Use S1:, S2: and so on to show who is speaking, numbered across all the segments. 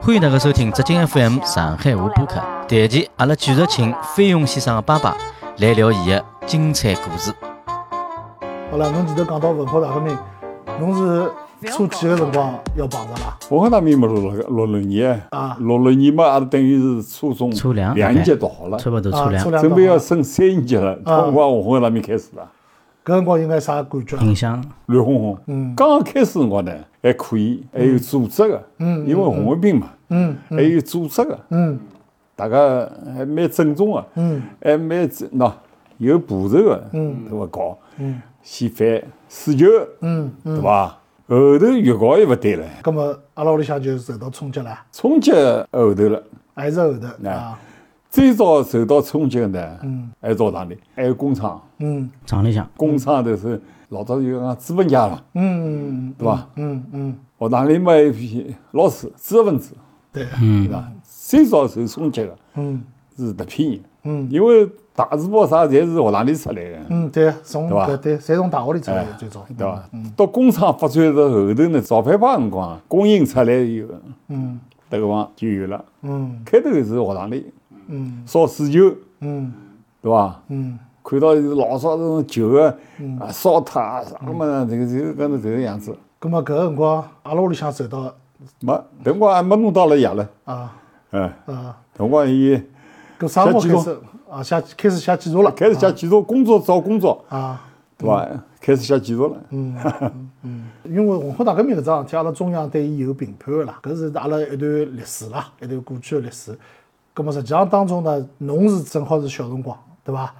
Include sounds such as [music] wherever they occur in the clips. S1: 欢迎大家收听浙江 FM 上海无播客。这一期阿拉继续请费勇先生的爸爸来聊伊的精彩故事。
S2: 好了，侬前头讲到文化大革命，侬是初几个辰光要碰着啦？
S3: 文化大革命么是六六六年
S2: 啊
S3: 六六年嘛，阿拉等于是初中
S1: 初两
S3: 两年级读好了，
S1: 差不多
S2: 啊
S1: 初，两
S2: 初，两
S3: 准备要
S2: 辰
S3: 升三年级了，
S2: 啊
S3: 辰光文化大革命开始了，
S2: 搿辰光应该啥感觉？啊
S1: 印象
S3: 乱哄哄。嗯，刚刚开始辰光呢，还可以，还有组织个，嗯，因为红卫兵嘛，
S2: 嗯，
S3: 还有组织个，
S2: 嗯，
S3: 大家还蛮正宗个，嗯，还蛮正喏，有步骤个，嗯，对伐？搞，嗯，掀翻水球，嗯，对伐？后头越搞越勿对了，
S2: 葛末阿拉屋里向就受到冲击啦，
S3: 冲击后头了。
S2: 还是后头啊
S3: 啊？最早受到冲击的呢，还是澡堂里，还有工厂，
S2: 嗯
S1: 厂里向
S3: 工厂头是老早就讲资本家了，
S2: 嗯
S3: 对伐？
S2: 嗯嗯，
S3: 学堂里嘛有一批老师、知识分子，
S2: 对，
S1: 嗯
S3: 对伐？最早受冲击的
S2: 嗯
S3: 是这批人，
S2: 嗯
S3: 因为大字报啥侪是学堂里出来的，
S2: 嗯，对，从
S3: 对吧
S2: 搿对，侪从大学里出来的
S3: 哎
S2: 最早，
S3: 对伐？
S2: 嗯
S3: 到工厂发展到后头呢，造反派辰光，工人出来以后，
S2: 嗯
S3: 迭个方就有了。
S2: 嗯
S3: 开头是学堂里
S2: 嗯
S3: 烧水球，
S2: 嗯
S3: 对伐？
S2: 嗯
S3: 看到有老早那种旧的啊烧塔啊啥个么子，这个就是搿能这个样子。
S2: 葛末搿辰光阿拉屋里向受到
S3: 没，辰光还没弄到了夜了，
S2: 啊
S3: 嗯，
S2: 啊，
S3: 辰光伊
S2: 搿啥辰光
S3: 写
S2: 开
S3: 记
S2: 始啊写开始写记录了？
S3: 开始写技术工作找工作，
S2: 啊。
S3: 对伐？开始写技术了，
S2: 因为文化大革命搿桩事体，阿拉中央对伊有评判个啦，搿是阿拉一段历史啦，一段过去个历史。葛末实际上当中呢，侬是正好是小辰光，对伐？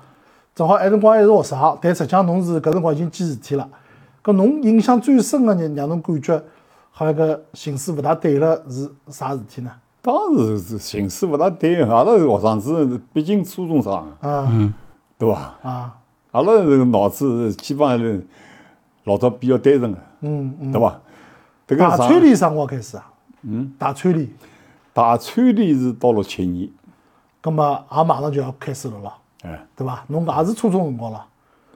S2: 正好埃辰光还是学生，但实际上侬是搿辰光已经记事体了。搿侬印象最深个让让侬感觉好像搿形势勿大对了，是啥事体呢？
S3: 当时是形势勿大对，阿拉是学生子，毕竟初中生，
S2: 啊
S3: 对伐？
S2: 啊，
S3: 阿拉这个脑子基本上是老早比较单纯个，
S2: 嗯嗯。
S3: 对伐？迭
S2: 大
S3: 个
S2: 川
S3: 上
S2: 里啥辰光开始啊？嗯，大川里，
S3: 大川里是到六七年，
S2: 葛末也马上就要开始了咯，
S3: 哎，
S2: 对伐？侬也是初中辰光了。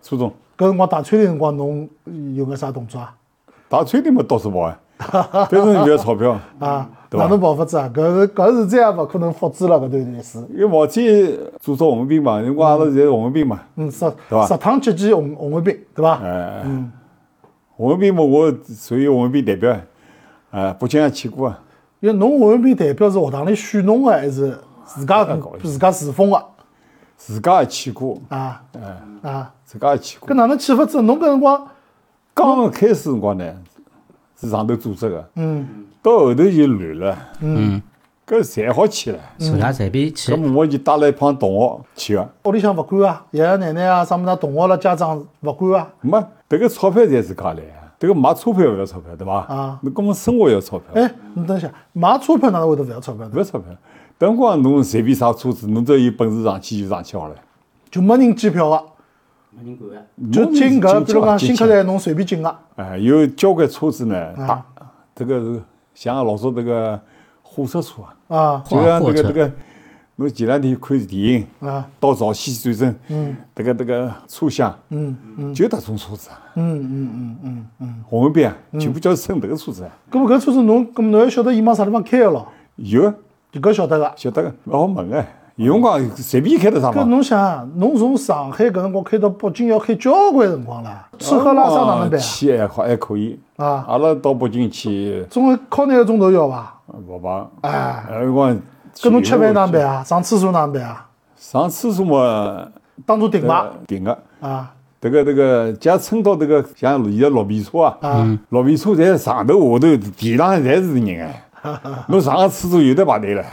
S3: 初中
S2: 搿辰光大川里辰光，侬有眼啥动作啊？
S3: 大川里没到处跑
S2: [laughs]
S3: 啊，反正就要钞票。
S2: 啊，
S3: 嗯对
S2: 哪
S3: 吧
S2: 能跑法子啊？搿是搿是再也勿可能复制了搿段历史。
S3: 因为毛尖做做红卫兵嘛，因为阿拉侪是红卫兵嘛，
S2: 嗯，十
S3: 对吧
S2: 十趟接见红红卫兵，对伐？
S3: 哎，红卫兵嘛，我属于红卫兵代表，啊，北京也去过啊，
S2: 因为侬红卫兵代表是学堂里选侬个，还是自家
S3: 哎搞一下
S2: 自家自封个？
S3: 自家也去过，
S2: 啊
S3: 哎
S2: 啊，
S3: 自家也去
S2: 搿
S3: 过。
S2: 哪能去法子？侬搿辰光，
S3: 刚刚开始辰光呢，是上头组织的，
S2: 嗯
S3: 到后头就乱了，嗯，搿侪好去了。
S1: 手拉随便去
S3: 搿，么我就带了一帮同学去个，
S2: 屋里向勿管啊，爷爷奶奶啊，啥物事啊，同学了，家长勿管啊。
S3: 没迭个钞票侪自家来啊，迭个买车票勿要钞票对伐？
S2: 啊
S3: 侬搿么生活要钞票，
S2: 哎，侬等一下，买车票哪能会得勿要钞票
S3: 勿
S2: 呢？
S3: 要钞票。等辰光侬随便啥车子，侬只要有本事上去就上去好了。
S2: 就没人机票个，就
S3: 侬
S2: 进搿，比如讲
S3: 进
S2: 新
S3: 去
S2: 客啊站侬随便进啊个。
S3: 哎，有交关车子呢，大，这个是像老早这个火车车啊，
S2: 啊
S3: 就像
S1: 火
S3: 这个
S1: 车
S3: 这个，侬前两天看电影，
S2: 啊，
S3: 到朝鲜战争，嗯，这个这个车厢，嗯嗯，就这种车子啊，嗯嗯嗯嗯嗯，红卫兵啊，全部叫乘这个车子啊，
S2: 咁么搿车子侬，咁么侬还晓得伊往啥地方开个咯？
S3: 有
S2: 就搿晓得个。
S3: 晓得个，勿好问个，有辰光随便开得上
S2: 搿
S3: 嘛，
S2: 侬想啊，侬从上海搿辰光开到北京要开交关辰光了，吃喝拉撒哪能办啊？
S3: 去还好哦还可以
S2: 啊
S3: 阿拉到北京去，
S2: 总归靠廿个钟头要伐？
S3: 勿碰，
S2: 哎，
S3: 有辰光，
S2: 搿侬吃饭哪能办？啊？上厕所哪能办啊？
S3: 上厕所嘛，
S2: 当做顶
S3: 呃
S2: 伐？
S3: 顶个。
S2: 啊
S3: 这个这个，假乘到这个像现在绿皮车啊，绿皮车侪上头下头地上侪是人哎，
S2: [laughs]
S3: 侬上个厕所有的排队了，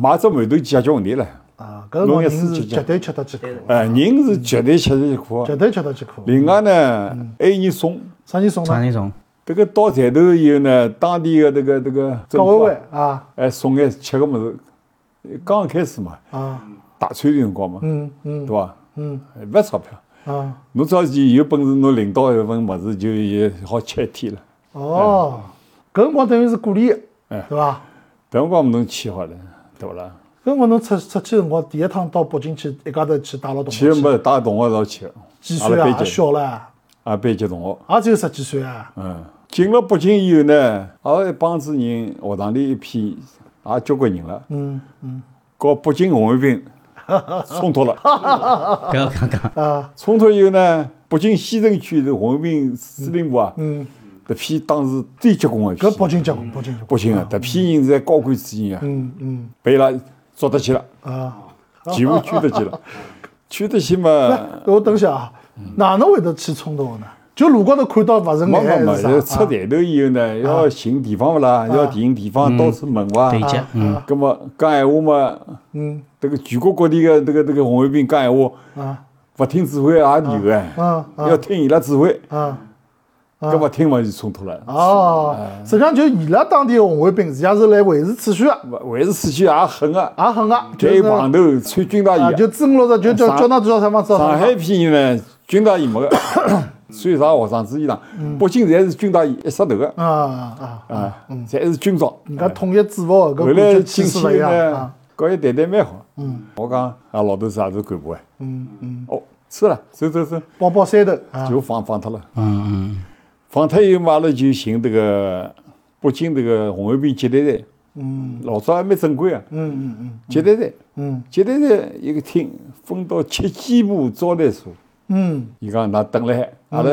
S3: 买只馒头就解决问题了。
S2: 啊，搿辰光
S3: 侬一
S2: 人
S3: 次
S2: 是
S3: 吃
S2: 绝对吃得起苦，
S3: 哎，人是绝对吃得苦
S2: 绝
S3: 的。
S2: 对吃嗯得起苦。
S3: 另外呢，还有人送，
S2: 啥人送
S1: 啥
S2: 呢？
S1: 那种
S3: 这个到站头以后呢，当地的这个这个
S2: 搞
S3: 政
S2: 委
S3: 府
S2: 会
S3: 啊
S2: 啊
S3: 哎送眼吃个么子，刚刚开始嘛，
S2: 啊，
S3: 大川的辰光嘛，
S2: 嗯嗯
S3: 对吧？
S2: 嗯
S3: 勿要钞票，
S2: 啊，
S3: 侬只要是有本事，侬领到一份么子就也好吃一天了。
S2: 哦，搿辰光等于是鼓励，
S3: 哎
S2: 对伐？
S3: 搿辰光侬去好了，对勿啦？
S2: 搿辰光侬出出去辰光，第一趟到北京去，一家头去带牢同
S3: 去
S2: 学去，
S3: 没带同学一道去，
S2: 几
S3: 阿
S2: 岁
S3: 拉
S2: 啊？
S3: 班
S2: 也
S3: 级，
S2: 小了，
S3: 啊班级同学，
S2: 也只有十几岁啊。
S3: 嗯，进了北京以后呢，阿拉一帮子人学堂里一批也交关人了，嗯嗯，和北京红卫 [laughs] 兵冲突了，
S1: 搿要讲讲，
S2: 嗯
S3: 冲突以后呢，北京西城区的红卫兵司令部啊，嗯，这批当时最结棍的一批
S2: 搿，北京结棍，北京结
S3: 北
S2: 棍
S3: 京啊，这批人在高官之间啊，嗯嗯，被伊拉抓得去了，
S2: 啊！
S3: 全部拘得去 [laughs] 了，拘得去嘛。
S2: 哎我等一下啊，哪能会得起冲突的呢？就路高头看到勿顺
S3: 没
S2: 眼还
S3: 没没，
S2: 是
S3: 要
S2: 啥
S3: 出
S2: 啊？
S3: 台头以后呢，要寻地方勿啦，要寻地方到处问哇。
S1: 对
S2: 啊
S1: 接，嗯，
S3: 咁么讲闲话嘛，嗯，这个全国各地的这个这个红卫兵讲闲话，
S2: 啊
S3: 勿听指挥也牛哎
S2: 啊，
S3: 要听伊拉指挥，
S2: 啊！
S3: 搿勿听嘛就冲突了。
S2: 哦，实际上就伊拉当地的红卫兵，实际上是来维持秩序的，
S3: 还是四去也狠啊，
S2: 也很啊，就
S3: 戴
S2: 是
S3: 棒头穿军大
S2: 啊，
S3: 衣
S2: 就
S3: 啊。
S2: 真落着，就叫
S3: 上
S2: 叫㑚多少采访多
S3: 上
S2: 少
S3: 海批人呢，军大衣没 [coughs] 个，穿啥学生子衣裳，
S2: 嗯
S3: 北京侪是军大衣一色头个
S2: 啊啊！
S3: 啊，侪是军装。
S2: 人家统一制服的
S3: 后
S2: 搿感
S3: 来
S2: 觉
S3: 进
S2: 气
S3: 去
S2: 势勿一样
S3: 呢
S2: 啊，，
S3: 搞一谈谈蛮好。嗯，我讲啊，老头是也是干部哎。嗯嗯。哦，吃了，走走走，
S2: 包包山头啊，
S3: 就放放脱了。嗯嗯。放脱以后嘛，阿拉就寻这个北京这个红卫兵接待站。嗯。老早还蛮正规啊。嗯嗯嗯。接待站。嗯。接待站一个厅分到七机部招待所。
S2: 嗯
S3: 伊讲㑚等辣海，阿拉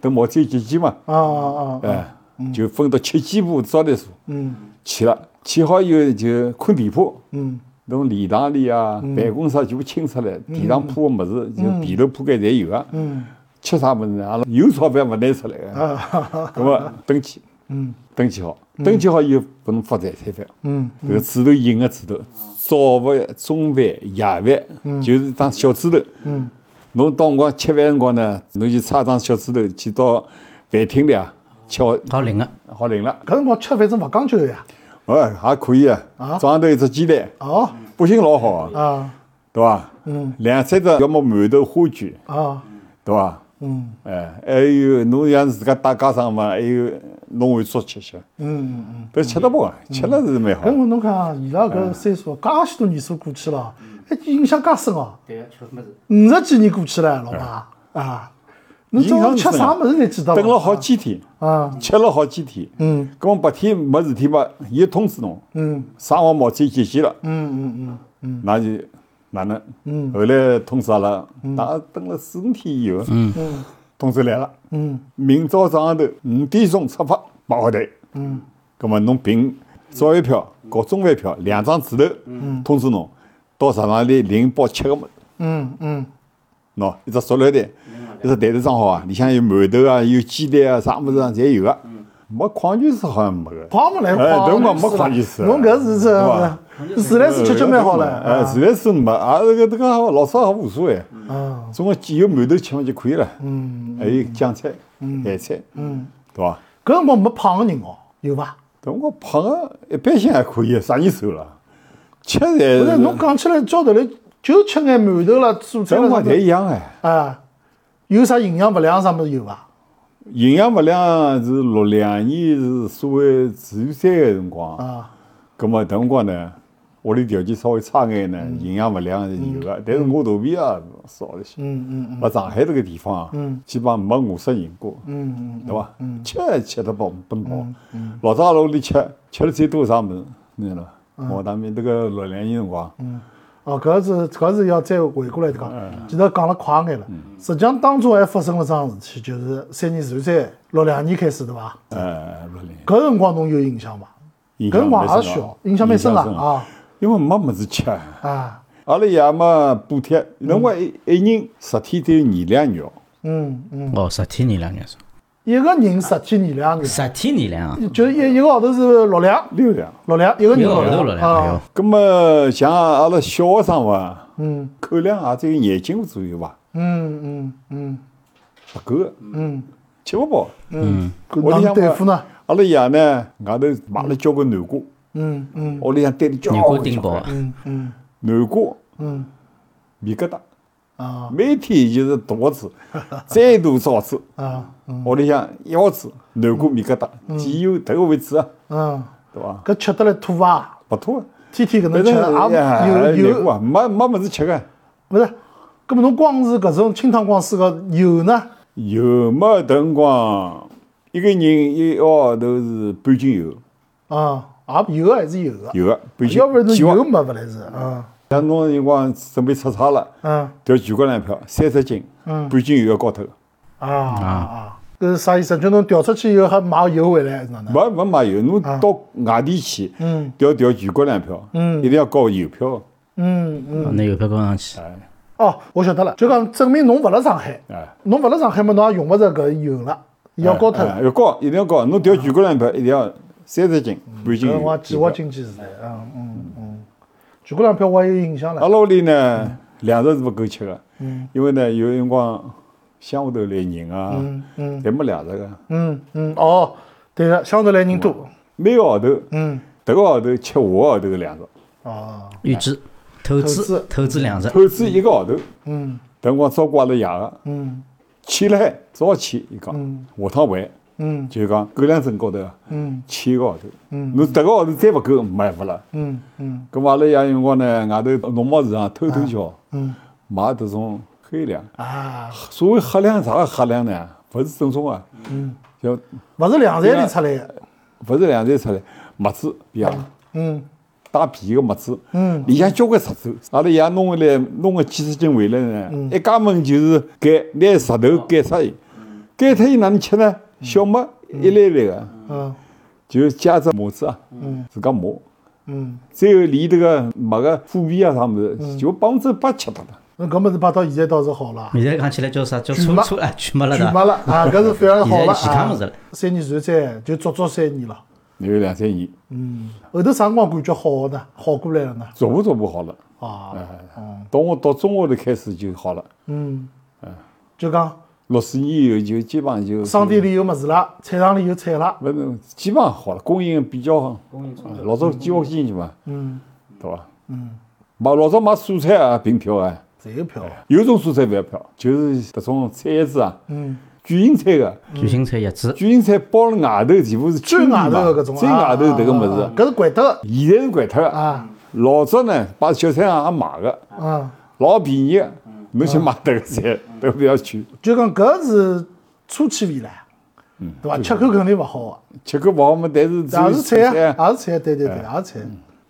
S3: 等毛主席接机嘛。
S2: 啊啊啊，
S3: 哎，就分到七机部招待所。
S2: 嗯
S3: 去了，去好以后就困地铺。
S2: 嗯
S3: 侬礼堂里啊，办公室全部清出来，地上铺个物事，就被头铺盖侪有啊。
S2: 嗯
S3: 吃啥物事呢？阿拉有钞票勿拿出来个，
S2: 啊哈哈
S3: 咁么登记，登记好，登记好以后拨侬发财产费。
S2: 嗯
S3: 这个纸头印个纸头，早饭、中饭、夜饭，就是当小纸头。
S2: 嗯
S3: 侬到辰光吃饭辰光呢，侬就插张小纸头去到饭厅里啊，吃好
S1: 好灵个，
S3: 好领了。
S2: 搿辰光吃饭真勿讲究呀，
S3: 哎，还可以啊。早上头一只鸡蛋，
S2: 哦
S3: 不行老好啊。
S2: 啊
S3: 对伐？嗯，两三只要么馒头、花卷，
S2: 啊
S3: 对伐？
S2: 嗯
S3: 哎，还有侬像自家带家常嘛，还有弄碗粥吃吃，
S2: 嗯嗯，
S3: 都吃得饱啊，吃了是蛮好
S2: 搿。辰光侬看啊伊拉
S3: 嗯
S2: 搿岁数，介许多年数过去了，哎印象介深哦，
S1: 对个，吃么子，
S2: 五十几年过去了，老爸啊，侬早上吃啥物事侪记得
S3: 等了好几天，
S2: 啊
S3: 吃了好几天，嗯，搿么白天没事体嘛，伊通知侬，嗯，啥辰光毛主席接机了，嗯嗯嗯嗯，那就哪能？嗯，后来通知阿拉，大概等了四五天以后，嗯嗯，通知来了，嗯，明朝早上头五点钟出发，八号头，嗯，搿么侬凭早饭票和中饭票两张纸头，嗯，通知侬到食堂里领包吃个物事。
S2: 嗯嗯
S3: 喏，一只塑料袋，一只袋子装好啊，里向有馒头啊，有鸡蛋啊，啥物事啊，侪有啊。
S2: 嗯
S3: 没矿泉水好像没个，
S2: 狂勿啊来
S3: 哎
S2: 狂，
S3: 侬讲没矿泉水啊
S2: 侬搿是
S3: 对伐
S2: 这，自来水吃吃蛮好了，
S3: 哎，
S2: 啊
S3: 自来水没，啊，这个这个老少也无所谓，
S2: 啊
S3: 总归有馒头吃嘛就可以了。嗯，还有酱菜、咸菜，嗯，对伐？
S2: 搿辰光没胖个人哦，有伐？
S3: 但我胖个一般性还可以，啥人瘦了？吃侪
S2: 不是
S3: 是，
S2: 侬讲起来，照道理就吃眼馒头啦、蔬菜
S3: 辰光侪
S2: 啦
S3: 一样哎。
S2: 啊，有啥营养不良啥么子有伐？
S3: 营养不良是六两年是所谓自然灾害个辰光
S2: 啊，
S3: 咁么等辰光呢，屋里条件稍微差眼呢，
S2: 嗯
S3: 营养不良是有个，但是我肚皮啊少了些。嗯嗯嗯。上海这个地方啊，
S2: 嗯
S3: 基本上没饿死人过。嗯嗯。对伐？吃也吃得饱，奔饱。
S2: 嗯
S3: 老早阿拉屋里吃，吃了最多是啥物事？你晓得伐？
S2: 嗯
S3: 毛大面这个六两年辰光，
S2: 哦，搿是搿是要再回过来讲，
S3: 嗯
S2: 其实讲了快眼了。实际上当中还发生了桩事体，就是三年自然灾害，六两年开始对伐？
S3: 呃，六两。
S2: 搿辰光侬有印象伐？
S3: 印
S2: 搿辰
S3: 象
S2: 光
S3: 蛮
S2: 也
S3: 深啊
S2: 小，印象蛮深
S3: 印
S2: 啊
S3: 象深
S2: 啊
S3: 因为没物事吃。
S2: 啊！
S3: 阿拉爷嘛补贴，侬讲一一人十天只有二两肉，
S2: 嗯嗯，
S1: 哦，十天二两，说，
S2: 一个人十天二两个，
S1: 十天二两啊，
S2: 就一一个号头是六两
S3: 六两。
S2: 六两，一个人
S1: 一个号头
S2: 六
S1: 六两，哎
S2: 啊
S1: 哟，
S3: 咁么像阿拉小学生伐，嗯，口粮也只有廿斤左右伐，
S2: 嗯嗯嗯，
S3: 不够个，嗯，吃勿饱。
S2: 搿
S1: 嗯
S3: 屋
S2: 哪嗯
S3: 里向
S2: 能
S3: 嘛
S2: 对付呢？？
S3: 阿拉爷呢，外头买了交关南瓜，
S2: 嗯嗯。
S3: 屋里向带了交
S1: 牛
S3: 关
S1: 骨顶饱，啊
S2: 嗯嗯
S3: 南瓜，
S2: 嗯，
S3: 面疙瘩，
S2: 啊
S3: 每天就是大
S2: [laughs]
S3: 锅子，再大罩子，
S2: 啊
S3: 屋里向一锅子南瓜面疙瘩，只有迭个位置啊，
S2: 嗯，
S3: 对伐？
S2: 搿吃得来吐伐？
S3: 不吐啊，哎
S2: 天天搿能
S3: 但
S2: 吃，
S3: 是
S2: 也
S3: 南
S2: 有有
S3: 瓜啊，没没物事吃啊个。
S2: 勿是？搿么侬光是搿种清汤光水个油呢？
S3: 有没辰光一个人一个号头是半斤油，
S2: 啊，啊，有的还是有的，
S3: 有个半斤
S2: 要不然侬
S3: 几万
S2: 油。没勿来是，嗯
S3: 像侬辰光准备出差了，
S2: 嗯
S3: 调全国粮票三十斤，半斤油要高头，
S2: 啊啊啊，搿是啥意思？就侬调出去以后还买油回来还是哪能？
S3: 没没买油，侬
S2: 啊
S3: 到外地去，调调全国粮票，一定要交邮票。
S2: 嗯嗯，
S1: 拿邮票交上去，
S3: 哎
S2: 哦，我晓得了，就讲证明侬勿辣上海，
S3: 哎，
S2: 侬勿辣上海嘛，侬也用勿着搿油了，要高头。
S3: 哎要高，一定要高。侬调全国粮票一定要三十斤，半斤
S2: 嗯搿辰光
S3: 油。
S2: 计划经济时代，嗯嗯嗯，全国粮票我也有印象
S3: 阿
S2: 了，
S3: 拉屋里
S2: 嗯
S3: 呢，粮食是勿够吃个，因为呢有辰光乡下头来人啊，侪没粮食个，
S2: 嗯嗯，哦，对个，相对来人多，
S3: 每个号头，
S2: 嗯，
S3: 迭个号头吃下个号头个粮食，
S2: 哦，
S1: 预支、投资
S2: 资、
S1: 投资粮食，
S3: 投资一个号头，
S2: 嗯
S3: 迭辰光照顾阿拉爷个，
S2: 嗯
S3: 起来早起，伊讲下趟还，
S2: 嗯
S3: 就是讲狗粮证高头啊
S2: 嗯
S3: 起一个号头，侬迭个号头再勿够没办法了。
S2: 嗯嗯
S3: 咁阿拉爷辰光呢，外头农贸市场偷偷瞧
S2: 嗯，
S3: 买迭种黑粮，
S2: 啊，
S3: 所谓黑粮啥个黑粮呢？勿是正宗啊，
S2: 嗯
S3: 叫
S2: 勿是粮站里出来的，
S3: 勿是两站出来，麦子皮啊，
S2: 嗯
S3: 带皮个麦子，
S2: 嗯
S3: 里向交关石头。阿拉爷弄回来，弄个几十斤回来
S2: 嗯
S3: 呢，一家门就是改拿石头改杀伊，改脱伊哪能吃呢？小麦一粒粒个，
S2: 嗯
S3: 就加只磨子啊，自家磨，
S2: 嗯，
S3: 最后连迭个麦个腐皮啊啥物事，就百分之百吃脱了。
S2: 那搿物事摆到现在倒是好了。
S1: 现在讲起来叫啥？叫
S2: 全
S1: 出
S2: 没
S1: 出哎，全没了
S2: 全
S1: 的
S2: 没，了啊，搿是反而好了
S1: 现在其他物事了
S2: 啊！三年前再就足足三年了，
S3: 有两三年，
S2: 后头啥辰光感觉好的呢？好过来了呢？
S3: 逐步逐步好了。
S2: 啊，
S3: 到我到中学头开始就好了，
S2: 嗯，就讲
S3: 六四年以后就基本上就
S2: 商店里有物事了，菜场里有菜了，
S3: 勿是基本上好了，供应比较好，啊老早计划经济嘛，
S2: 嗯，
S3: 对伐？嗯，买老早买蔬菜啊，凭票啊，
S2: 侪有票，
S3: 有种蔬菜勿要票，就是迭种菜叶子啊，
S2: 嗯，
S3: 卷心菜个，
S1: 卷心菜、叶子，
S3: 卷心菜包了外头，全部是
S2: 最
S3: 青
S2: 外
S3: 皮嘛
S2: 头的搿种啊，
S3: 最外头迭个物
S2: 啊啊
S3: 事，
S2: 搿是掼得的
S3: 现在是掼脱个。
S2: 啊，
S3: 老早呢，把小菜啊场也买个，
S2: 嗯，
S3: 老便宜个，侬去买迭个菜，都勿要去，
S2: 就讲搿是初期味唻，
S3: 嗯
S2: 对伐？吃口肯定勿好啊，
S3: 吃个勿好嘛，但是
S2: 也是菜
S3: 啊
S2: 啊，也是菜，对对对，也是菜。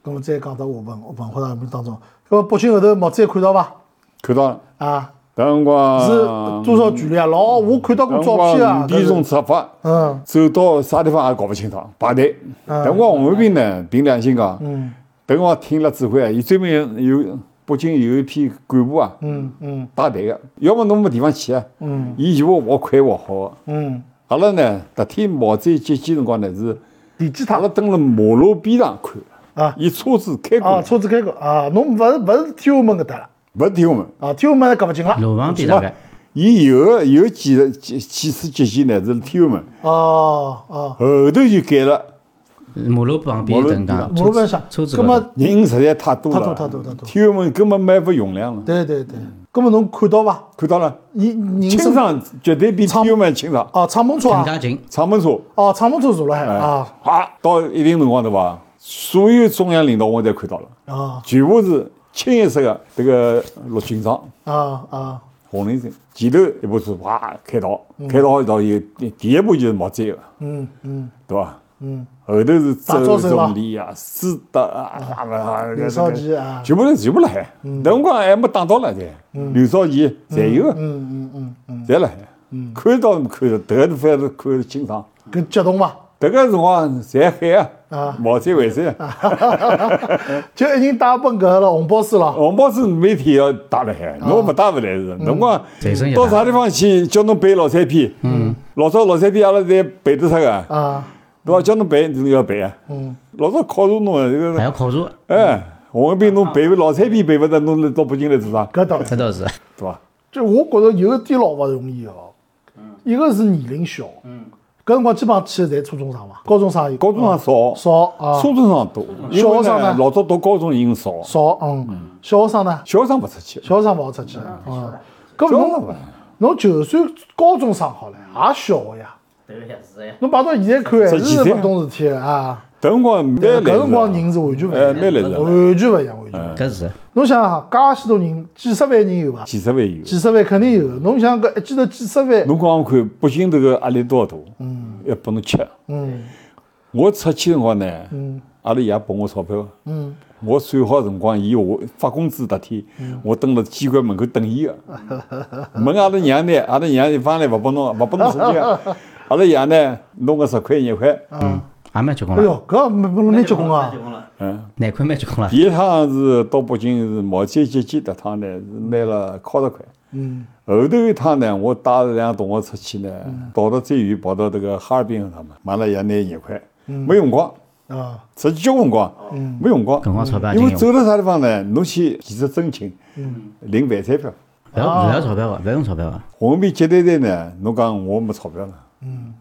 S2: 咁么再讲到文文化大革命当中，搿么北京后头毛主席看到伐？
S3: 看到了，
S2: 啊，
S3: 迭辰
S2: 是
S3: 光
S2: 多少距离啊？老，我看到过照片啊。
S3: 五点钟
S2: 搿是
S3: 出发，
S2: 嗯
S3: 走到啥地方也搞不清爽，排队。
S2: 嗯
S3: 但我红卫兵呢，凭良心讲，
S2: 嗯
S3: 等我听了指挥啊，伊专门有有北京有一批干部啊，
S2: 嗯嗯
S3: 带队个，要么侬没地方去啊，
S2: 嗯
S3: 伊就活快活好的。
S2: 嗯，
S3: 阿拉呢，迭天毛主席接机辰光呢是，
S2: 地基
S3: 阿
S2: 塔
S3: 拉蹲辣马路边上看，
S2: 啊
S3: 伊车子开过
S2: 啊，
S3: 来，
S2: 车子开过啊，侬勿是勿是天安门搿搭了
S3: 勿听我们。
S2: 啊？天安门搿勿近了
S1: 路旁边大概，
S3: 伊有个有几几几次接机呢是天安门，
S2: 哦哦，
S3: 后头就改了。
S1: 马路旁边
S3: 马路
S1: 等
S3: 边
S1: 讲，
S2: 马路边上，
S1: 车子
S2: 葛
S1: 高头
S2: 么
S3: 人实在太多了，
S2: 太多太多太多
S3: 天安门根本没法容量了。
S2: 对对对，
S3: 嗯
S2: 葛么侬看到伐？
S3: 看到了，
S2: 伊人
S3: 清
S2: 身
S3: 爽绝对比天安门清爽。
S2: 哦，敞篷车
S1: 更
S2: 啊，
S1: 加近，
S3: 敞篷车，
S2: 哦，敞篷车坐了还
S3: 哎
S2: 啊
S3: 啊，到一定辰光对伐？所有中央领导我侪看到了，
S2: 啊
S3: 全部是清一色的这个陆军装、
S2: 啊啊
S3: 红领巾，前头一部车啪开道，开道一道有第第一步就是毛主席个，
S2: 嗯嗯
S3: 对伐？嗯，后头是
S2: 大
S3: 周
S2: 招手吧
S3: 总理啊、施德啊、啥个啊，
S2: 刘少奇啊嗯
S3: 全部来全部来，那辰光还没打到了侪，刘少奇侪有个。
S2: 嗯嗯嗯
S3: 侪辣海，看到没看到，迭个反正看得清爽。
S2: 嗯，搿激动伐？
S3: 迭个辰光侪海
S2: 啊
S3: 啊，毛主席会噻，
S2: 就一人带本搿个了红包书了，
S3: 红包子每天要带辣海，
S2: 啊
S3: 侬勿带勿来是。
S2: 嗯
S3: 辰光
S1: 随身一带
S3: 到啥地方去，叫侬背老三篇，
S2: 嗯
S3: 老早老三篇阿拉侪背得出个，
S2: 啊
S3: 对伐？叫侬背，侬要背啊。
S2: 嗯
S3: 老早考察侬的这
S1: 还
S3: 个，
S1: 要考察，
S3: 哎，红卫兵侬背老三篇背勿得，侬来到北京来做啥？
S2: 搿倒是
S1: 这。倒是。
S3: 对伐？
S2: 就我觉着有一点老勿容易哦。
S3: 嗯
S2: 一个是年龄小，搿辰光基本上去的侪初中生伐，高中生也有，
S3: 高中上少，
S2: 少啊
S3: 初中上多，因为
S2: 小学生呢
S3: 呢老早读高中人少，
S2: 少，嗯，小学生呢，
S3: 小学生勿出去，
S2: 小学生勿好出去，嗯，搿
S3: 小学生
S2: 侬
S3: 勿。
S2: 侬就算高中生好了，也小个呀，
S4: 对呀，是呀，
S2: 侬摆到现在看还
S3: 十几
S2: 是
S3: 岁
S2: 勿懂事体的啊，
S3: 搿辰光蛮
S2: 但
S3: 来
S2: 是搿辰光
S3: 事啊
S2: 人是完全勿一
S3: 哎，
S2: 样的，
S3: 蛮来事啊，
S2: 完全勿一样，完全勿一样。
S1: 搿是
S2: 侬想想，介许多人，几十万人有伐？
S3: 几十万有。
S2: 几十万肯定有。侬想搿一记头几十万，
S3: 侬讲看，北京迭个压力多大？嗯，要拨侬吃。嗯，我出去辰光呢，嗯，阿拉爷拨我钞票。嗯，我算好辰光，伊我发工资那天，我蹲辣机关门口等伊 [laughs] 个。问阿拉娘呢，阿拉娘一方来勿拨侬，勿拨侬出去 [laughs] 啊。阿拉爷呢，弄个十块廿块，
S1: 也蛮结棍了，
S2: 哎哟，搿没没蛮结棍啊！
S1: 哪块蛮结棍了
S3: 第？一趟是到北京是毛主席节那趟呢，是拿了靠十块。嗯。后头一趟呢，我带了两个同学出去呢，跑到最远，跑到这个哈尔滨他们，买了也拿廿块，没用光，
S2: 啊，
S3: 出去交辰光，没用光。
S1: 搿辰光钞票也经
S3: 因为
S1: 用，
S3: 走到啥地方呢？侬去其实真情，领饭菜票。
S1: 勿要勿要钞票
S4: 啊
S1: 个，勿要用钞票个，
S3: 红米接待队呢，侬讲我没钞票了，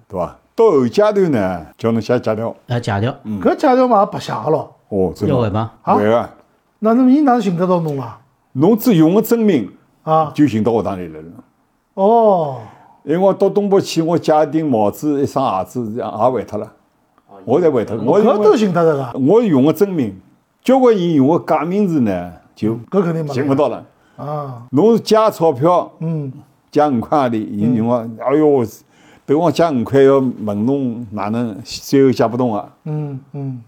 S3: 对伐？到后阶段呢，叫侬写借条，
S4: 呃
S1: 要借条，
S3: 嗯
S2: 搿借条嘛也白写个咯。
S3: 哦，真
S1: 要
S3: 的
S1: 还吗？
S2: 啊
S3: 还啊！
S2: 那那么伊哪能寻得到侬啊？
S3: 侬只用个真名
S2: 啊，
S3: 就寻到学堂里来了。
S2: 哦，
S3: 因为我到东北去，我借一顶帽子、一双鞋子，也还脱了，我侪还脱。啊我
S2: 搿
S3: 用
S2: 都
S3: 个
S2: 寻得着啊个，
S3: 我用个真名，交关人用个假名字呢，就
S2: 搿肯定没
S3: 寻勿到了。
S2: 啊。
S3: 侬借钞票，
S2: 嗯，
S3: 借五块钿，伊用个，哎哟，等我借五块要问侬哪能，最后借不动啊。
S2: 嗯嗯，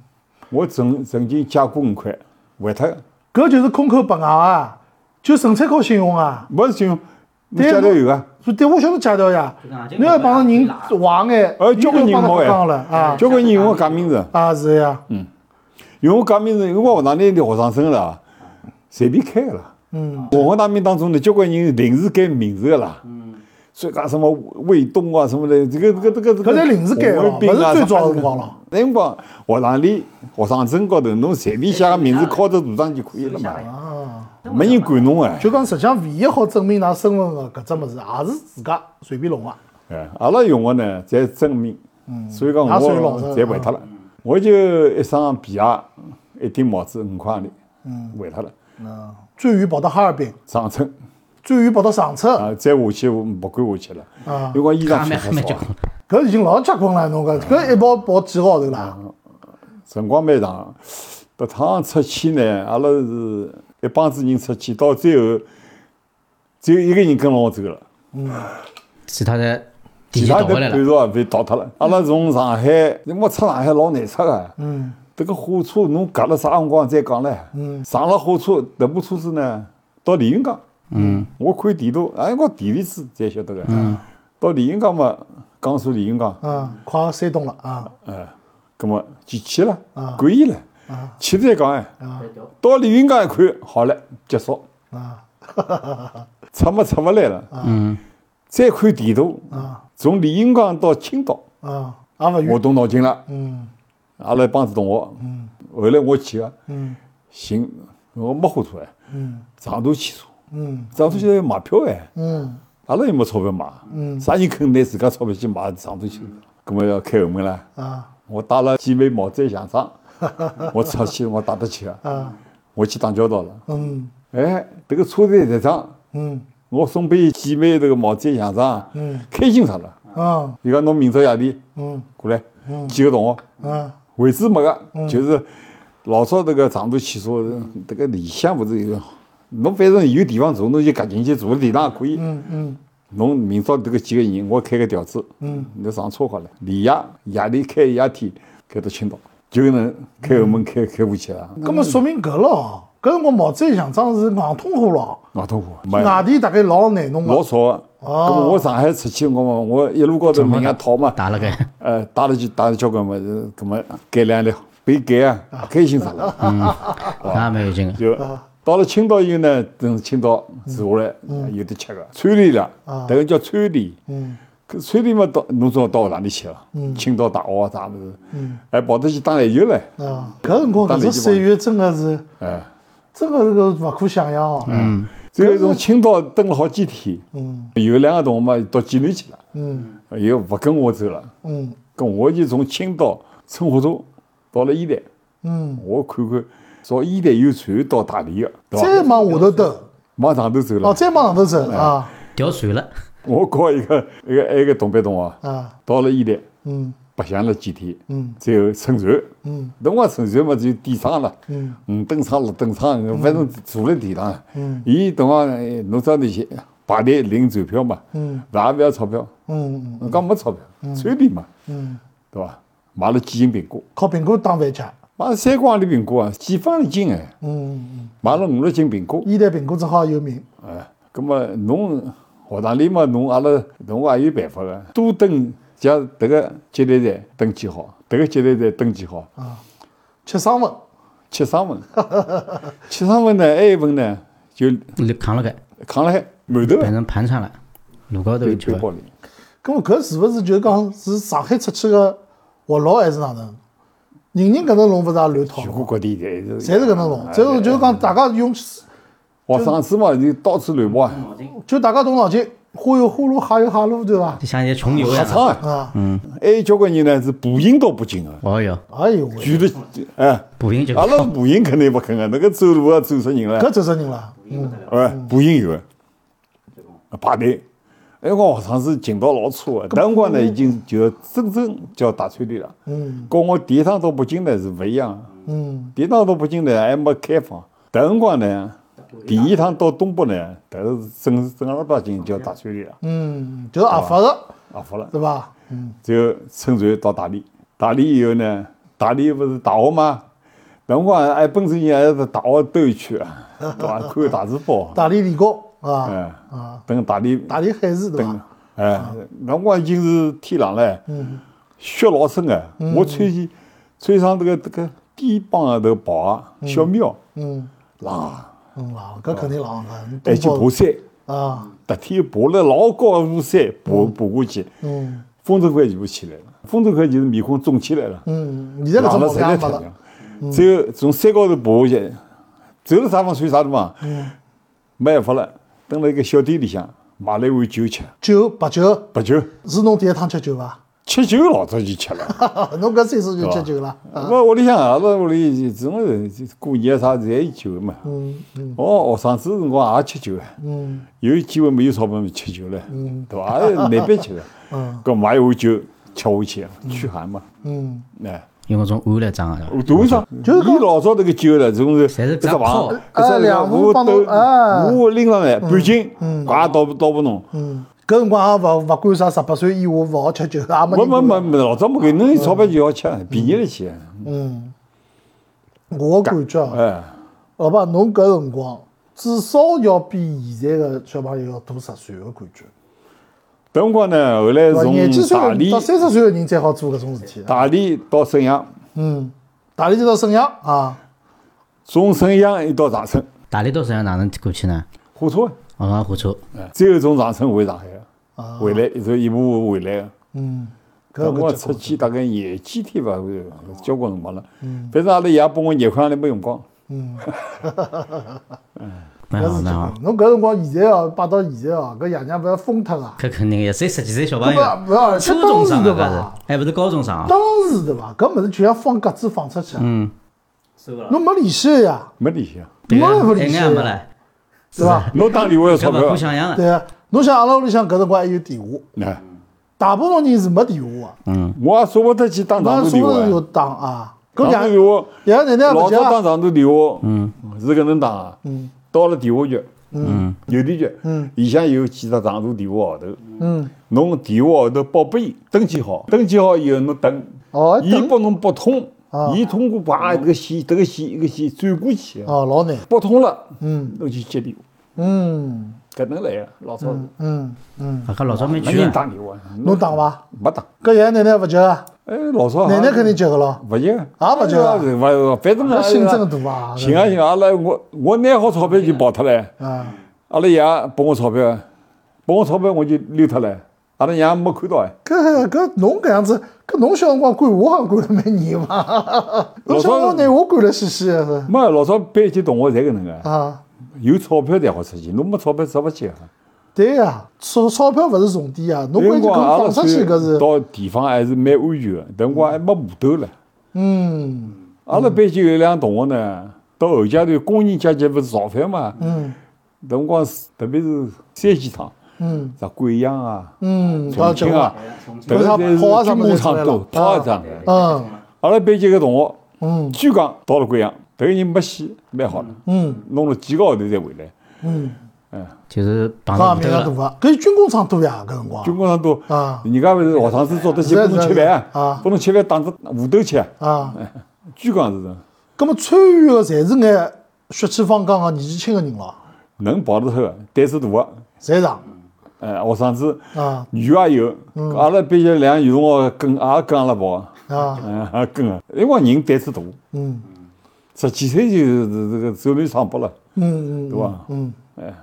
S3: 我曾曾经借过五块，还脱的，
S2: 搿就是空口白牙啊，就纯粹靠信用啊。
S3: 没信用，侬
S2: 对
S3: 借条
S2: 侬
S3: 有啊。
S2: 所以对我晓得借条呀，侬要帮人坏眼，
S3: 呃，交关
S2: 你
S3: 人
S2: 就帮
S3: 没
S2: 他
S3: 嗯
S2: 讲了
S3: 还，
S2: 啊
S3: 交关人用个假名字。
S2: 啊是呀，
S3: 因为假名字，因为我学堂里的学生生啦，随便开个啦。嗯，我学堂面当中呢，交关人临时改名字个啦。嗯，所以讲什么卫东啊什么的，这个这个这个这个，
S2: 搿侪临时改的
S3: 红卫兵啊
S2: 勿是最早
S3: 啥
S2: 的
S3: 的
S2: 辰光了。
S3: 那辰光学堂里学生证高头，侬随便写个名字，敲着图上就可以了嘛。啊，没人管侬哎。
S2: 就讲实际上唯一好证明㑚身份啊个搿只物事，也是自家随便弄啊个。
S3: 哎，阿拉用个呢，侪证明。嗯，所以讲我
S2: 也算老实嗯
S3: 侪还脱了。我就一双皮鞋，一顶帽子，五块钿，嗯，还脱了。
S2: 最远跑到哈尔滨，
S3: 长春。
S2: 最远跑到长春，
S3: 啊，再下去不敢下去了，因为衣
S1: 也
S3: 裳
S1: 蛮
S3: 穿
S1: 蛮
S3: 不
S1: 结
S3: 少
S1: 棍
S3: 啊，
S1: 了，
S2: 搿已经老结棍了，侬讲搿一跑跑几个号头啦？
S3: [laughs] 辰光蛮长。迭趟出去呢，阿拉是一帮子人出去，到最后只有一个人跟牢我走了，
S1: 其他的提
S3: 其
S1: 前
S3: 他
S1: 倒
S3: 的
S1: 回来
S3: 半
S1: 了，
S3: 道也被逃脱了。阿拉从上海，我出上海老难出个，嗯，迭个火车侬隔了啥辰光再讲唻，嗯，上了火车，迭部车子呢到连云港，嗯，我看地图，哎，我地理书才晓得个，嗯，到连云港嘛，江苏连云港，
S2: 嗯，快山东了啊！
S3: 咁么就去了，管伊了，
S2: 啊
S3: 去再讲哎，到连云港一看，好了，结束，
S2: 啊
S3: [laughs] 出么出勿来了，
S1: 嗯，
S3: 再看地图，从连云港到青岛，
S2: 啊，嗯也勿
S3: 我
S2: 远。
S3: 动脑筋了，阿拉一帮子同学，
S2: 嗯
S3: 后来我去个，啊寻我没火车哎，长途汽车，长途汽车要买票哎，
S2: 嗯，
S3: 阿拉又没钞票买，啥人肯拿自家钞票去买长途汽车？
S2: 嗯
S3: 咁么要开后门啦。
S2: 啊
S3: 我戴了几枚毛仔洋装， [laughs] 我出去我打得去啊，
S2: 啊，
S3: 我去打交道了。
S2: 嗯
S3: 哎，这个车站站长，
S2: 嗯
S3: 我送给伊几枚这个毛仔洋装，开心死了。
S2: 啊
S3: 伊讲侬明朝夜里
S2: 嗯嗯
S3: 过来，几个同学，
S2: 啊
S3: 位置没个，就是老早这个长途汽车，这个里向不是有，侬反正有地方坐，侬就夹进去坐了地上也可以。
S2: 嗯嗯
S3: 侬明朝迭个几个人，我开个调子，嗯，侬上车好了，连夜夜里开一夜天，开到青岛，就能开后门开开过去啊，
S2: 咁么说明搿咯，搿辰光毛主席像张是硬通货咯，
S3: 外痛苦，没
S2: 外地大概老难弄
S3: 老
S2: 个。
S3: 少啊。
S2: 哦
S3: 咁么我上海出去，我嘛我一路高头问人家讨嘛，
S1: 打了个，
S3: 呃，打了就打了交关嘛，呃咁么改两辆，被改啊，开心死了。
S1: 那也蛮有
S4: 啊
S1: 劲个，
S3: 就到了青岛以后呢，等青岛住下来有得吃个，川里了，迭个叫川里。啊嗯，川里嘛到侬总要到学堂里去了，青岛大学啊啥物事，还跑得去打篮球嘞，
S2: 啊，搿辰光搿只岁月真个是，
S3: 哎，
S2: 真个是个勿可想象哦。嗯
S3: 最后从青岛蹲了好几天，有两个同学嘛到济南去了，
S2: 嗯
S3: 又勿跟我走了，
S2: 嗯
S3: 跟我就从青岛乘火车到了伊旦，
S2: 嗯，
S3: 我看看，从伊旦有船到大连个，对
S2: 再
S3: 伐？
S2: 往下头兜，
S3: 往上头走了
S2: 哦，，再往上头走啊
S1: 调船了，
S3: 我告一个一个一个东北同学
S2: 啊
S3: 到了伊旦。
S2: 嗯
S3: 白相了几天，嗯，最后乘船，嗯，辰光乘船嘛就点上了，嗯，五等舱、六等舱，
S2: 嗯
S3: 反正坐了地上，嗯，伊辰光哎侬早里去排队领船票嘛，嗯，也不要钞票，
S2: 嗯，
S3: 我讲没钞票，随便嘛，嗯，对伐？买了几斤苹果，
S2: 靠苹果当饭吃，
S3: 买了三瓜里苹果啊，几方一斤哎，
S2: 嗯，
S3: 买了五六斤苹果，
S2: 现在苹果只好有名，
S3: 哎，葛么侬学堂里嘛，侬阿拉侬也有办法个，多等像迭个接待站登记好，迭个接待站登记好，
S2: 吃生粉，
S3: 七双 [laughs] 份，七双份呢，还有一份呢就
S4: 立扛了盖，
S3: 扛辣海馒头
S4: 变成盘上了，路高头
S3: 背
S4: 有吃
S3: 背
S4: 的。
S3: 包里，
S2: 咁么搿是勿是就讲是上海出去个活络还是哪能？人人搿能弄勿是也乱套
S3: 全，国各地侪是
S2: 侪是搿能弄。最后就是讲大家用，
S3: 学生子嘛，就到处乱跑啊，
S2: 就大家动脑筋，花有花路，瞎有瞎路，对伐？
S4: 就像一些穷游一
S3: 瞎
S4: 样。
S3: 唱啊，
S2: 啊，
S3: 还有交关人呢是步行到北京个，
S4: 哦哟，
S2: 哎呦喂，
S3: 举着哎，
S4: 步行就
S3: 阿拉步行肯定勿肯个，那个走路啊走死人了。
S2: 搿走死人了，嗯，
S3: 哎，步行有的，排队。那辰光学生子情到老粗的，那辰光呢已经就真正叫大川队了。嗯，跟我第一趟到北京呢是不一样的。
S2: 嗯，
S3: 第一趟到北京呢还没开放，那辰光呢，第一趟到东北呢，迭是正正儿八经叫大川队了，
S2: 嗯，就是合法个，
S3: 啊，服了。
S2: 对伐？
S3: 最后乘船到大理，大理以后呢，大理不是大学吗？那辰光还哎本身也是大学兜一圈
S2: [laughs]
S3: 啊，对伐？看大字报，
S2: 大理理工啊，
S3: 哎，等大理
S2: 大理海事对嗯
S3: 等
S2: 伐？，
S3: 哎，那辰光已经是天冷了，雪老深哎，
S2: 嗯
S3: 我穿起穿上这个这个低帮的这个跑鞋，小棉袄，
S2: 嗯
S3: 冷啊，
S2: 嗯，浪，搿肯定浪个，东
S3: 还去爬
S2: 北
S3: 山，
S2: 啊，
S3: 白天爬了老高的山，爬爬过去，
S2: 嗯
S3: 风筝块全部起来了，风筝块就是面孔肿起来了，
S2: 嗯，现在搿
S3: 冷
S2: 种
S3: 了
S2: 毛
S3: 实
S2: 病
S3: 在
S2: 也
S3: 太
S2: 没
S3: 冷
S2: 了，。嗯
S3: 只有从山高头爬下去，走到啥方算啥地方，
S2: 嗯
S3: 没办法了，蹲了一个小店里向买了一碗酒吃，
S2: 酒白酒
S3: 白酒，
S2: 是侬第一趟吃酒伐？ [laughs]
S3: 吃酒老早就吃了。
S2: 侬搿岁数就吃酒了，
S3: 我屋里向阿拉屋里总归是过年啥侪有酒嘛。嗯嗯。哦，学生子辰光也吃酒啊。嗯。有机会没有钞票嘛吃酒了，对伐？也难边吃个。嗯。搿买一碗酒吃下去，驱寒嘛。
S2: 嗯，
S3: 哎，
S4: 用搿种碗来装的，
S3: 大碗上，伊老早迭个酒了，总是
S4: 侪是
S3: 一只
S4: 这样泡
S3: 房，
S2: 哎
S3: 一只
S2: 两
S3: 我
S2: 壶帮侬
S3: 兜，
S2: 哎
S3: 我拎上来半斤，也倒不倒不弄。
S2: 搿辰光也勿勿管啥十八岁以下勿好吃酒，也没
S3: 没
S2: 人
S3: 没
S2: 管
S3: 没没，老早没给，侬有钞票就要吃，便宜了去。
S2: 我的感觉啊，
S3: 哎，
S2: 老爸侬搿辰光至少要比现在个小朋友要大十岁个感觉，
S3: 等辰光呢，后来
S2: 对伐？廿几
S3: 从
S2: 岁
S3: 大
S2: 的
S3: 理
S2: 到三十岁个人才好做搿种事体啊。
S3: 大理到沈阳，
S2: 嗯，大理就到沈阳啊，
S3: 从沈阳一到长春，
S4: 大理到沈阳哪能过去呢？
S3: 火车，
S4: 我讲火车，
S2: 哎
S3: 最后从长春回上海，回来一直一步步回来的。
S2: 啊搿
S3: 我
S2: 个
S3: 出去大概廿几天吧，交关辰光了。
S2: 嗯
S3: 反正阿拉爷拨我廿块洋钿没用光，
S4: 蛮
S2: 搿
S4: 好
S2: 是
S4: 蛮好
S3: 啊
S2: 结。棍侬搿辰光现在哦，摆到现在哦，搿爷娘勿要疯脱啊！
S4: 搿肯定呀，才十几岁小朋友啊
S2: 搿不不而，且
S4: 初中生啊
S2: 当时对
S4: 搿
S2: 吧
S4: 是，还勿是高中生啊？
S2: 当时对伐？搿物事就像放鸽子放出去啊，
S4: 收了，
S2: 侬没联系个呀，
S3: 没利息啊。
S4: 对
S2: 没
S4: 呀，
S2: 人勿
S4: 一
S2: 联
S4: 眼
S2: 系
S4: 也没
S2: 个呀，
S4: 来，
S2: 对
S3: [laughs]
S2: 伐？
S3: 侬打电话要钞
S4: 搿勿
S1: 哎
S3: 票
S4: 可，想象的。
S2: 对啊， [laughs] 侬想阿拉屋里向搿辰光还有电话，
S3: 哎，
S2: 大部分人是没啊电话个，
S3: 我也舍不得去打
S2: 那
S3: 长途
S2: 是
S3: 电
S2: 不是有
S3: 话。
S2: 打啊？搿两
S3: 长途电话，
S2: 爷奶奶
S3: 老
S2: 勿接
S3: 早打
S2: 啊，
S3: 长途电话，嗯，是搿能打啊。嗯，到了电话局，嗯，邮电局，嗯，里向有几只长途电话号头，嗯，侬电话号头报拨伊，登记好，登记好以后侬等。
S2: 哦，
S3: 伊
S2: 等啊
S3: 拨侬拨通，伊通过把这个线、这个线、一个线转过去，
S2: 哦，老难，
S3: 拨通了，嗯，侬就接电话，
S2: 嗯
S3: 搿能来个，老早是
S2: 嗯，
S4: 啊搿老早没
S3: 没
S4: 去
S3: 人
S4: 啊，
S3: 打电话，
S2: 侬打伐？
S3: 没打，
S2: 搿爷奶奶勿接啊，
S3: 哎，老早
S2: 奶奶肯定接个咯，
S3: 勿接，也
S2: 勿接啊
S3: 勿反正
S2: 搿
S3: 啊
S2: 心真大啊！
S3: 行啊行啊，阿拉我我拿好钞票就跑脱了，
S2: 啊，
S3: 阿拉爷拨我钞票，拨我钞票我就溜脱了，阿拉爷没看到哎，
S2: 搿搿侬搿样子，搿侬小辰光管我也管了蛮严嘛，侬小辰光拿我管了死死的是
S3: 没老早班级同学侪搿能个，
S2: 啊。
S3: 有钞票才好出去，侬没钞票出勿去啊。
S2: 对呀、钞钞票勿是重点啊，侬关键
S3: 辰光
S2: 搿
S3: 阿拉
S2: 放出去搿是，
S3: 到地方还是蛮安全的，辰光还没户头了。嗯，阿拉班级有两同学呢，
S2: 嗯
S3: 到后阶段工人阶级勿是造反嘛，嗯，辰光是特别是三期厂，嗯，啥贵阳啊，
S2: 嗯，
S3: 重庆啊，迭个
S2: 啊
S3: 侪是
S2: 跑啊啥
S3: 军
S2: 么
S3: 工
S2: 侪出来
S3: 厂多，
S2: 了
S3: 炮啊厂。
S2: 嗯
S3: 阿拉班级个同学，
S2: 嗯
S3: 据讲到了贵阳，迭个人没死，蛮好的，
S2: 嗯
S3: 弄了几个号头才回来。
S2: 嗯，
S4: 就是碰
S2: 搿
S4: 到搿
S2: 也名
S4: 个
S2: 额
S4: 了，
S2: 大啊，搿是军工厂多呀，搿辰光。
S3: 军工厂多
S2: 啊
S3: 人家勿是学生子早得去
S2: 是啊
S3: 拨侬
S2: 是啊
S3: 吃饭
S2: 是啊啊
S3: 拨侬吃饭打只糊头吃。
S2: 啊，
S3: 据讲是这样
S2: 葛末参与个侪是眼血气方刚个年纪轻个人咯，
S3: 能跑得脱个，胆子大个，
S2: 侪上
S3: 呃，学生子
S2: 啊嗯
S3: 女也有，阿拉班级两个女同学跟也跟阿拉跑，
S2: 啊，
S3: 嗯，也跟啊，因为人胆子大，
S2: 嗯
S3: 十几岁就这个走乱闯白了，
S2: 嗯嗯，
S3: 对伐？
S2: 嗯，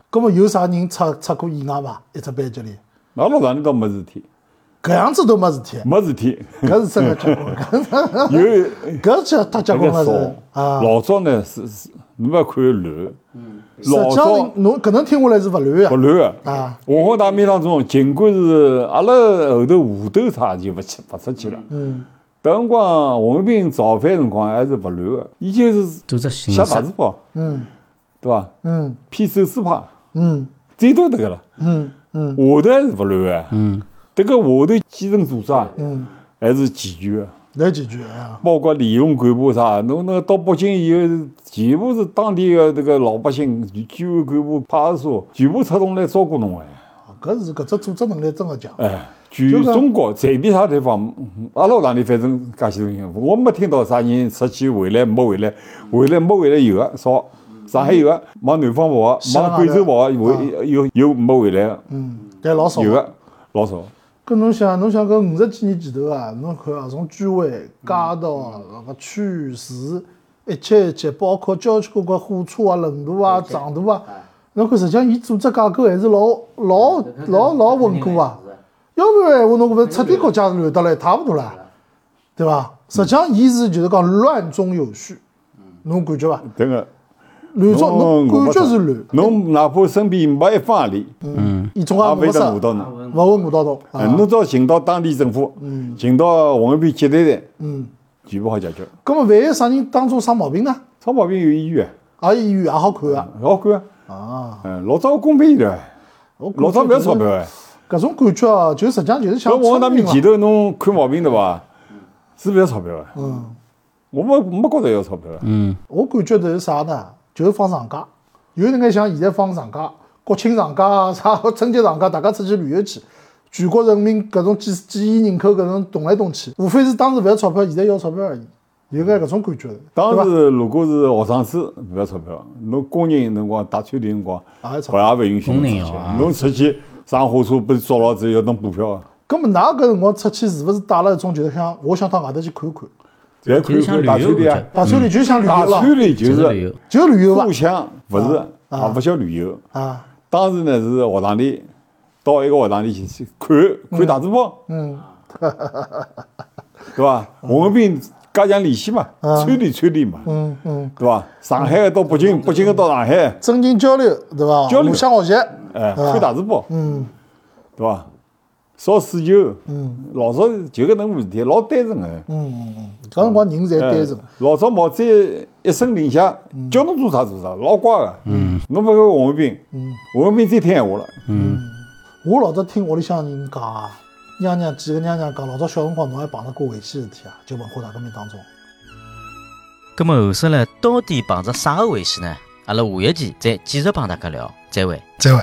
S2: 葛末有啥人出出过意外伐？一只班级里，
S3: 阿拉上里倒没事体，
S2: 搿样子都没事体，
S3: 没
S2: [laughs]
S3: 事体，
S2: 搿是真个结棍，搿
S3: 有
S2: 搿 [laughs] 叫太结
S3: 那
S2: 棍
S3: 个
S2: 了是
S3: 少，
S2: 啊。
S3: 老早呢是是，侬勿要看乱，
S2: 实
S3: 老
S2: 际上
S3: 早，
S2: 侬搿能听下来是勿乱个，
S3: 不乱
S2: 啊。
S3: 文化大革命当中，尽管是阿拉后头武斗差就勿去勿出去了。嗯。迭辰光红卫兵造反辰光还是勿乱个，伊就是
S4: 组织形
S3: 写
S4: 式
S3: 大字报，
S2: 嗯
S3: 对伐？
S2: 嗯
S3: 批手撕派，
S2: 嗯
S3: 最多迭个了。
S2: 嗯嗯
S3: 下头还是勿乱个。嗯。迭个下头基层组织啊，
S2: 嗯，
S3: 还是齐全个，
S2: 来几句啊，
S3: 包括联用干部啥，侬那个到北京以后，全部是当地个迭个老百姓、居委干部、派出所，全部出动来照顾侬哎。
S2: 搿是搿只组织能力真个强。
S3: 哎，全中国随便啥地方，嗯阿拉学堂里反正介许多人，我没听到啥人出去回来没回来，回来没回来有个少。上海有个往南方跑的，往贵州跑的，啊哦回有有没回来的，
S2: 嗯，但老少
S3: 有啊个老少。
S2: 搿侬想，侬想搿五十几年前头啊，侬看啊，从居委、街道、搿个区市，一切一切，包括交交关关火车啊、轮渡啊、长途啊，侬看实际上伊组织架构还是老老老老稳固啊。要不然闲话，侬搿勿是彻底国家乱得来一塌糊涂啦，对伐？实际上，伊是就是讲乱中有序，侬感觉伐？
S3: 真个，
S2: 乱中侬感
S3: 侬哦觉
S2: 觉是乱，
S3: 侬哪怕身边没一方里，
S2: 伊总也
S3: 嗯也勿
S2: 没
S3: 会得
S2: 啥
S3: 饿，到侬。
S2: 勿会饿到侬
S3: 哎
S2: 啊。嗯
S3: 侬只要寻到当地政府，寻到红卫兵接待站，全部好解决。
S2: 咁么，万一啥人当中生毛病呢？
S3: 草毛病有医院，
S2: 啊，医院也好看啊。
S3: 老管啊。
S2: 啊，
S3: 嗯，老早公费的，
S2: 我感觉
S3: 老早勿要
S2: 就是
S3: 钞票哎。
S2: 搿种感觉啊，就实际上就是
S3: 搿
S2: 想
S3: 我那
S2: 村民
S3: 面
S2: 嘛
S3: 前头侬看毛病对伐？是勿要钞票个。嗯，我没没觉着要钞票个。嗯，
S2: 我感觉就是啥呢？就是放长假，有眼像现在放长假，国庆长假啊，啥春节长假，大家出去旅游去。全国人民搿种几几亿人口搿种动来动去，无非是当时勿要钞票，现在要钞票而已，有眼搿种感觉的，对
S3: 当
S2: 伐？
S3: 时如果是学生子勿要钞票，侬工人辰光打穿的辰光，
S2: 也要啊钞
S3: 勿也勿允许侬
S4: 工人
S3: 出去
S4: 要啊。
S3: 侬出去上火车被抓牢之后要等补票啊，
S2: 咁么，㑚搿辰光出去是勿是带了一种就是想我想到外头去看看？
S3: 侪
S4: 就是
S3: 看
S4: 像
S3: 看
S4: 旅
S3: 打
S4: 游
S3: 穿的
S4: 感
S3: 啊。
S2: 打村里就想旅
S3: 打
S2: 游了，
S3: 穿的就
S4: 就是旅
S3: 是
S4: 游，
S2: 就旅游伐
S3: 互？相勿是，啊也勿叫旅游。
S2: 啊，
S3: 当时呢是学堂里到一个学堂里去去看看大字报，嗯， [laughs] 对伐？红卫兵加强联系嘛，串联串联嘛，嗯嗯，对伐？上海的到北京，北京的到上海，
S2: 增进交流，对伐？
S3: 交流
S2: 互相学习，
S3: 哎，看大字报，嗯，对伐？烧水球，嗯，老早就搿能回事体，老单纯个，嗯，
S2: 搿辰光人侪单纯。
S3: 老早毛主席一声令下，叫侬做啥做啥，老乖个，嗯，侬勿看红卫兵，嗯，红卫兵再听闲话了，
S2: 我老早听屋里向人讲啊，娘娘几个娘娘讲，老早小辰光侬还碰着过危险事体啊，就文化大革命当中。
S1: 咁么后首呢，到底碰着啥个危险呢？阿拉下一期再继续帮大家聊，再会。
S2: 再会。